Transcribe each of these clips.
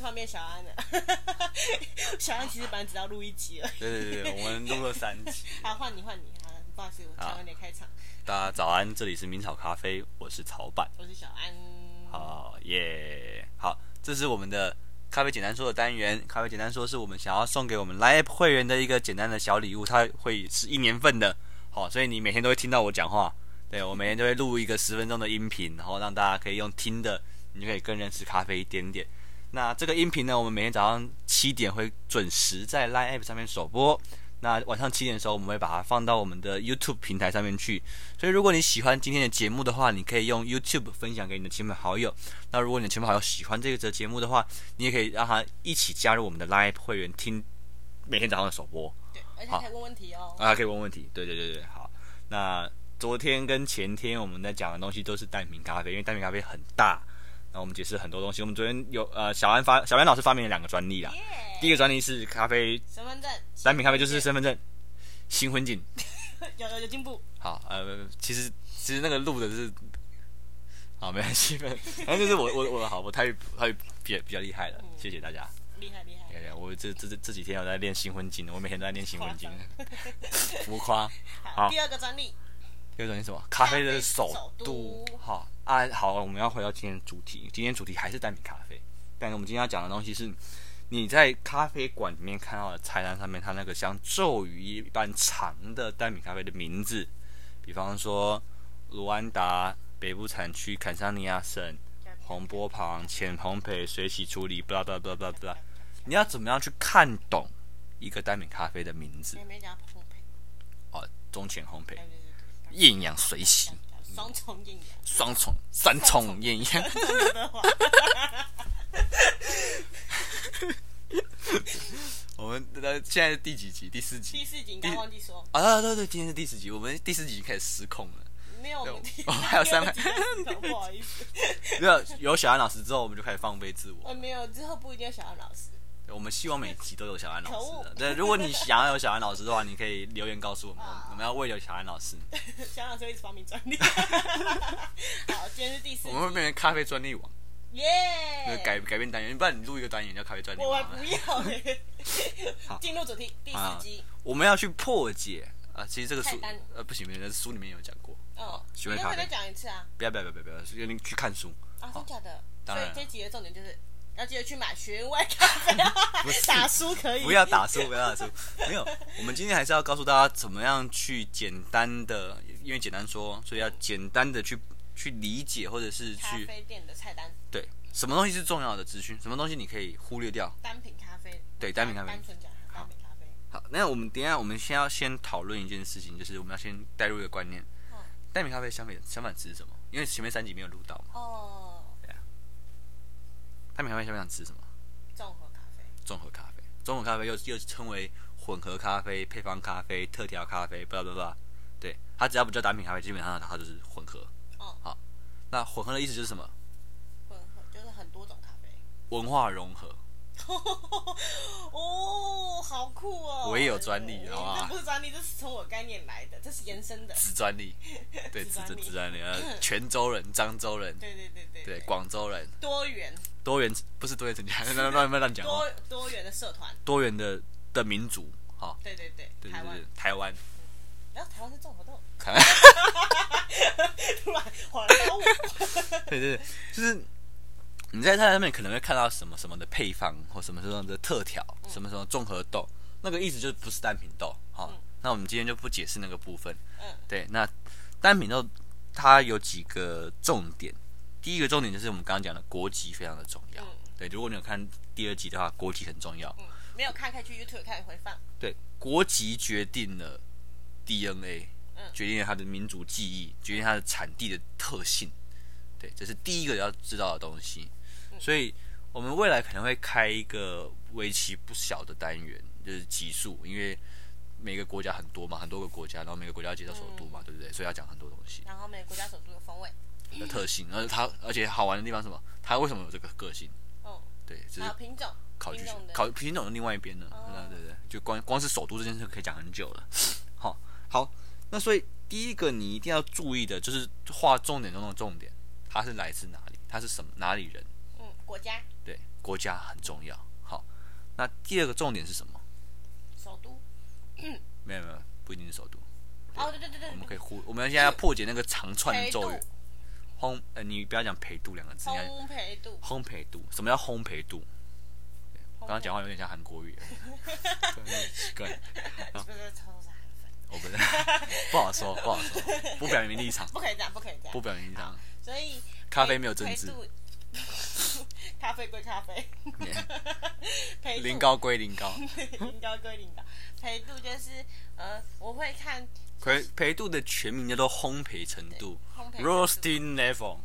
上面小安了，小安其实本来只要录一集而已。对对对，我们录了三集。好，换你换你啊！不好意思，我好想有点开场。 大家早安，这里是明草咖啡，我是曹板。我是小安。好耶好，这是我们的咖啡简单说的单元。咖啡简单说是我们想要送给我们 Live 会员的一个简单的小礼物，它会是一年份的。好，所以你每天都会听到我讲话。对我每天都会录一个十分钟的音频，然后让大家可以用听的，你就可以更认识咖啡一点点。那这个音频呢，我们每天早上七点会准时在 Line App 上面首播。那晚上七点的时候，我们会把它放到我们的 YouTube 平台上面去。所以，如果你喜欢今天的节目的话，你可以用 YouTube 分享给你的亲朋好友。那如果你的亲朋好友喜欢这个节目的话，你也可以让他一起加入我们的 Live 会员听每天早上的首播。对，而且好还问问题哦。啊，可以问问题。对对对对，好。那昨天跟前天我们在讲的东西都是单品咖啡，因为单品咖啡很大，那我们解释很多东西。我们昨天有呃，小安发小安老师发明了两个专利啦。第一耶！个专利是咖啡身份证，单品咖啡，就是身份证新婚景。有有有进步。好，呃，其实其实那个录的是，好，没关系，没关系反正就是我我我好，我泰语泰语比较比较厉害了，谢谢大家。厉害厉害对！对，我这这这这几天有在练新婚经，我每天都在练新婚经，浮夸。好第二个专利，第二种是什么？咖啡的首咖啡首都都。好啊，好，我们要回到今天的主题。今天主题还是单品咖啡，但是我们今天要讲的东西是你在咖啡馆里面看到的菜单上面，它那个像咒语一般长的单品咖啡的名字，比方说卢安达、北部产区、坎桑尼亚省、红波旁、浅烘焙、水洗处理，巴拉巴拉巴拉巴拉。你要怎么样去看懂一个单品咖啡的名字？没没讲烘焙，哦，中前烘焙哎，对对对，艳阳水洗。双重艳阳，双重、三重艳阳。刘德华。 我们呃现在是第几集？第四第集四集你刚忘记说，啊？对对，今天是第四集，我们第四集已经开始失控了。没有我们第，我还有三百不好意思，没有啊有小安老师之后，我们就开始放飞自呃我。没有，之后不一定要小安老师。我们希望每集都有小安老师可的。恶对，如果你想要有小安老师的话，你可以留言告诉我们啊，我们要为了小安老 师， 小安老师会一直发明专 利。好，今天是第四我集们，会变成咖啡专利王，就耶！改改变单元。不然你录一个单元叫咖啡专利啊我还王。不要嘞 好。进入主题，第四集，我们要去破解啊！其实这个书菜单呃不行，不行，书里面有讲过。嗯，学你会要咖不要啡再，讲一次啊？不要不要不要不要，不要你去看书。啊，真假的？当所然以了这集的重点就是要记得去买学员外咖 啡，打书可以。不要打输，不要打输。没有，我们今天还是要告诉大家怎么样去简单的，因为简单说，所以要简单的去去理解，或者是咖去啡店的菜单，对什么东西是重要的资讯，什么东西你可以忽略掉。单品咖啡。对单品咖啡单纯讲单品咖啡。好，那我们等一下，我们先要先讨论一件事情，就是我们要先带入一个观念嗯，单品咖啡相反相反词是什么？因为前面三集没有录到嘛，哦，单品咖啡相反词是什么？综合咖啡。综合咖啡，综合咖啡又又称为混合咖啡、配方咖啡、特调咖啡，巴拉巴拉。对，它只要不叫单品咖啡，基本上它就是混合。哦好，那混合的意思就是什么？混合就是很多种咖啡。文化融合。 哦，好酷哦！我也有专利对好吧这不是专利，这是从我概念来的，这是延伸 的。子专利，对，子子专利子子专利，呃，泉州人、漳州人，对对对嗯对对，广州人，多元多元不是多元成 家，乱乱乱乱讲话多，多元的社团，多元的的民族，好，对对对，对对台湾对，，台湾，然后台湾是综合豆，台湾。 突然恍然 大悟，对对，对，就是你在菜单上面可能会看到什么什么的配方或什么什么的特调，嗯什么什么综合豆，那个意思就是不是单品豆。好、嗯那我们今天就不解释那个部分。嗯，对，那单品豆它有几个重点，第一个重点就是我们刚刚讲的国籍非常的重要。嗯对，如果你有看第二集的话，国籍很重要。嗯，没有看可以去 YouTube 看回放，对，国籍决定了 DNA，、嗯决定了它的民族记忆，决定它的产地的特性。对，这是第一个要知道的东西。所以我们未来可能会开一个为期不小的单元，就是集数，因为每个国家很多嘛，很多个国家，然后每个国家要介绍首都嘛，对不对？所以要讲很多东西然后每个国家首都的风味，的特性，而它而且好玩的地方是什么？它为什么有这个个性？嗯，对，这还是有品种，考据品种的考品种的另外一边呢，哦对对对，就光光是首都这件事可以讲很久了。 好，好，那所以第一个你一定要注意的就是画重点中的重点，他是来自哪里，他是什么哪里人，嗯，国家、对，国家很重要。好，那第二个重点是什么？首都。没有没有，不一定是首都。哦，对对对对，我们可以以忽，我们现在要破解那个长串的陪咒度语。烘，呃，你不要讲陪度两个字，你要烘焙度。烘焙度。什么叫烘焙度？刚刚讲话有点像韩国语，奇怪，是 不是超傻？我不是不好说，不好说，不表明立场，不可以这样，不可以这不样。表明立场。所以咖啡没有政陪治，度， 咖啡归咖 啡， 陪度零高归零高。 零高归零高，陪度就是呃，我会看陪陪度的全名叫做烘焙程度烘焙程度 （roasting level）。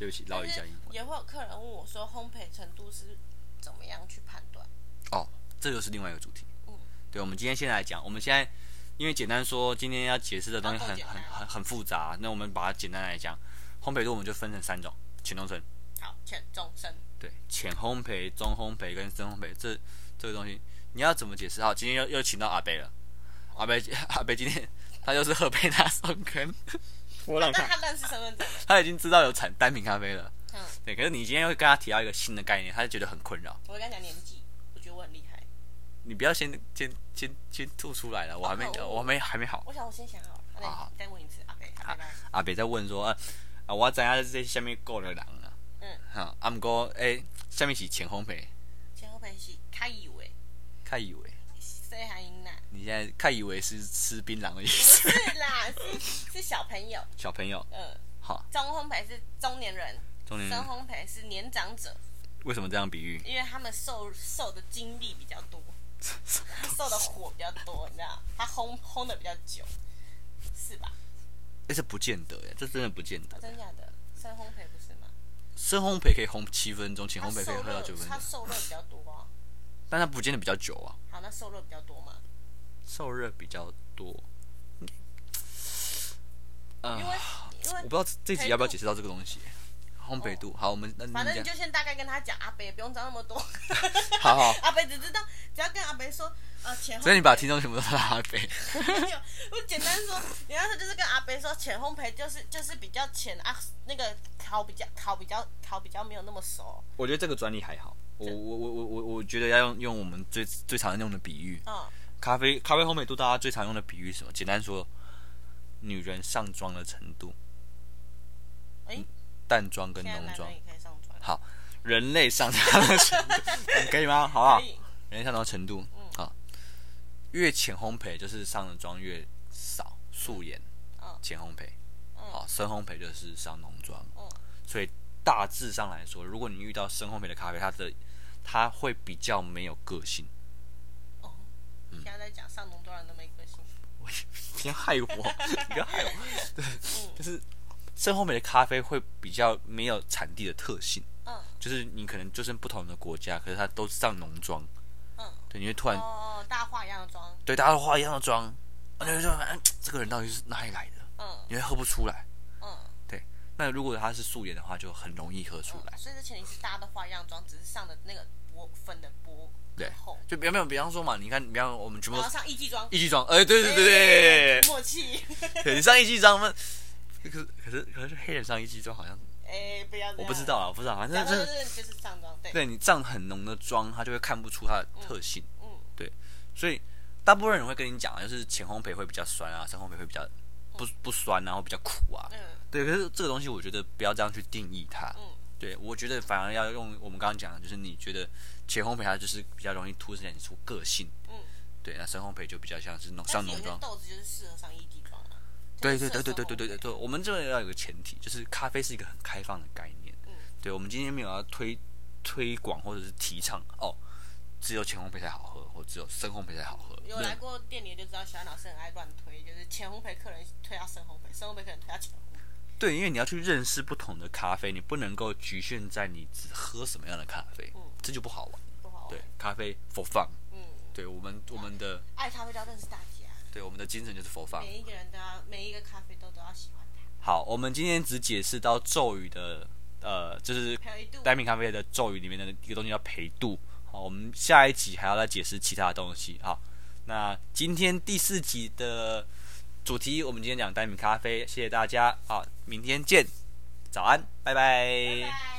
对不起，绕一下英但是文。也会有客人问我说，烘焙程度是怎么样去判断？哦，这又是另外一个主题嗯。对，我们今天先来讲，我们现在因为简单说，今天要解释的东西要很啊够简很单很很复杂，那我们把它简单来讲。烘焙度我们就分成三种：浅中深，好，浅中深，对，浅烘焙、中烘焙跟深烘焙，这这个东西你要怎么解释？好，今天又又请到阿北了，阿北 阿北今天他又是喝贝纳松跟波浪那卡，他认识身份证了。他已经知道有产单品咖啡了。嗯，对，可是你今天会跟他提到一个新的概念，他就觉得很困扰。我跟他讲年纪，我觉得我很厉害。你不要先先先先吐出来了，我还没好哦可恶我还没还没好。我想我先想好了，好好那你再问一次啊，对，好，拜拜。阿北在问说啊，啊我怎样在下面过了人啊？嗯，哈，啊毋过诶，下面是前烘焙，前后分析，开以 为，较以为谁还赢呢？你现在较以为是吃槟榔的意不思。 是啦，是是小朋友，小朋友，嗯，好，中烘焙是中年人，中年深人烘焙是年长者，为什么这样比喻？因为他们受受的经历比较多，受的火比较多，你知道，他烘烘的比较久，是吧？ 诶，这不见得耶，这真的不见得。真假的，深烘焙不是吗？深烘焙可以烘七分钟，浅烘他焙可以受喝到热九分，钟他，受热比较多啊。但它不见得比较久啊。好，那受热比较多嘛？受热比较多。嗯，因为因我不为哦知道这集要不要解释到这个东西。烘焙度，好，我们那反正你你就讲，先大概跟他讲，阿北也不用讲那么多， 好好，阿北只知道只要跟阿北说，呃，前所以你把听众全部都拉黑。没有，我简单说，你那时候就是跟阿北说，浅烘焙就是就是比较浅啊，那个烤比较烤比较烤比较没有那么熟， 我觉得这个专利还好，我我我我我我觉得要用用我们最最常用的比喻，嗯，咖啡咖啡烘焙度，大家最常用的比喻是什么？简单说，女人上妆的程度，嗯诶淡妆跟现在浓男妆人，也可以上传，人类上妆的程度，嗯可以吗？好不 好可？以，人家上妆程度嗯啊，越浅烘焙就是上的妆越少，素颜嗯浅烘焙，嗯好深烘焙就是上浓妆嗯，所以大致上来说，如果你遇到深烘焙的咖啡，它的它会比较没有个性。哦，嗯现在在讲上浓多少人都没个性，别害我，你不要害我，对，就是深烘焙的咖啡会比较没有产地的特性，嗯就是你可能就是不同的国家，可是它都上浓妆，嗯，对，你会突然哦，大话一样的妆，对大家都化一样的妆，你会说，哎这个人到底是哪里来的？嗯你会喝不出来。嗯，那如果他是素颜的话，就很容易喝出来嗯。所以这前提是大家都化一样妆，只是上的那个薄粉的薄对厚，就比方比方说嘛，你看，比方我们全部然后都上艺伎妆，一起装，哎、对对对默契，对，对你上一季装，那可是可是可是黑人上一季装好像哎，不要这样，我不知道啊，我不知道，反讲正到这就是就是上妆，对，对你上很浓的妆，他就会看不出它的特性，嗯所以大部分人会跟你讲啊，就是浅烘焙会比较酸啊，深烘焙会比较不不酸、啊，然后比较苦啊，嗯对，可是这个东西我觉得不要这样去定义它。嗯对，我觉得反而要用我们刚刚讲的，就是你觉得浅烘焙它就是比较容易凸显出个性，嗯。对，那深烘焙就比较像是浓但上是有浓些妆。豆子就是适合上异地装啊。对就对是对对对适合对对对对，我们这边要有个前提，就是咖啡是一个很开放的概念。嗯对，我们今天没有要推推广或者是提倡哦，只有浅烘焙才好喝，或只有深烘焙才好喝。我有没来过店里的就知道，小安老师很爱乱推，就是前烘焙客人推到深烘焙，深烘焙客人推到前烘焙。对，因为你要去认识不同的咖啡，你不能够局限在你只喝什么样的咖啡，嗯哦这就不好玩。不好玩对，，咖啡 for fun。嗯，对我们我们的爱咖啡都要认识大家，对我们的精神就是佛法。每一个人都要，每一个咖啡豆都要喜欢它。好，我们今天只解释到咒语的呃，就是还有一度，单品咖啡的咒语里面的一个东西叫陪度。好，我们下一集还要再解释其他的东西。好，那今天第四集的主题，我们今天讲单品咖啡，谢谢大家。好，明天见，早安，拜拜拜拜。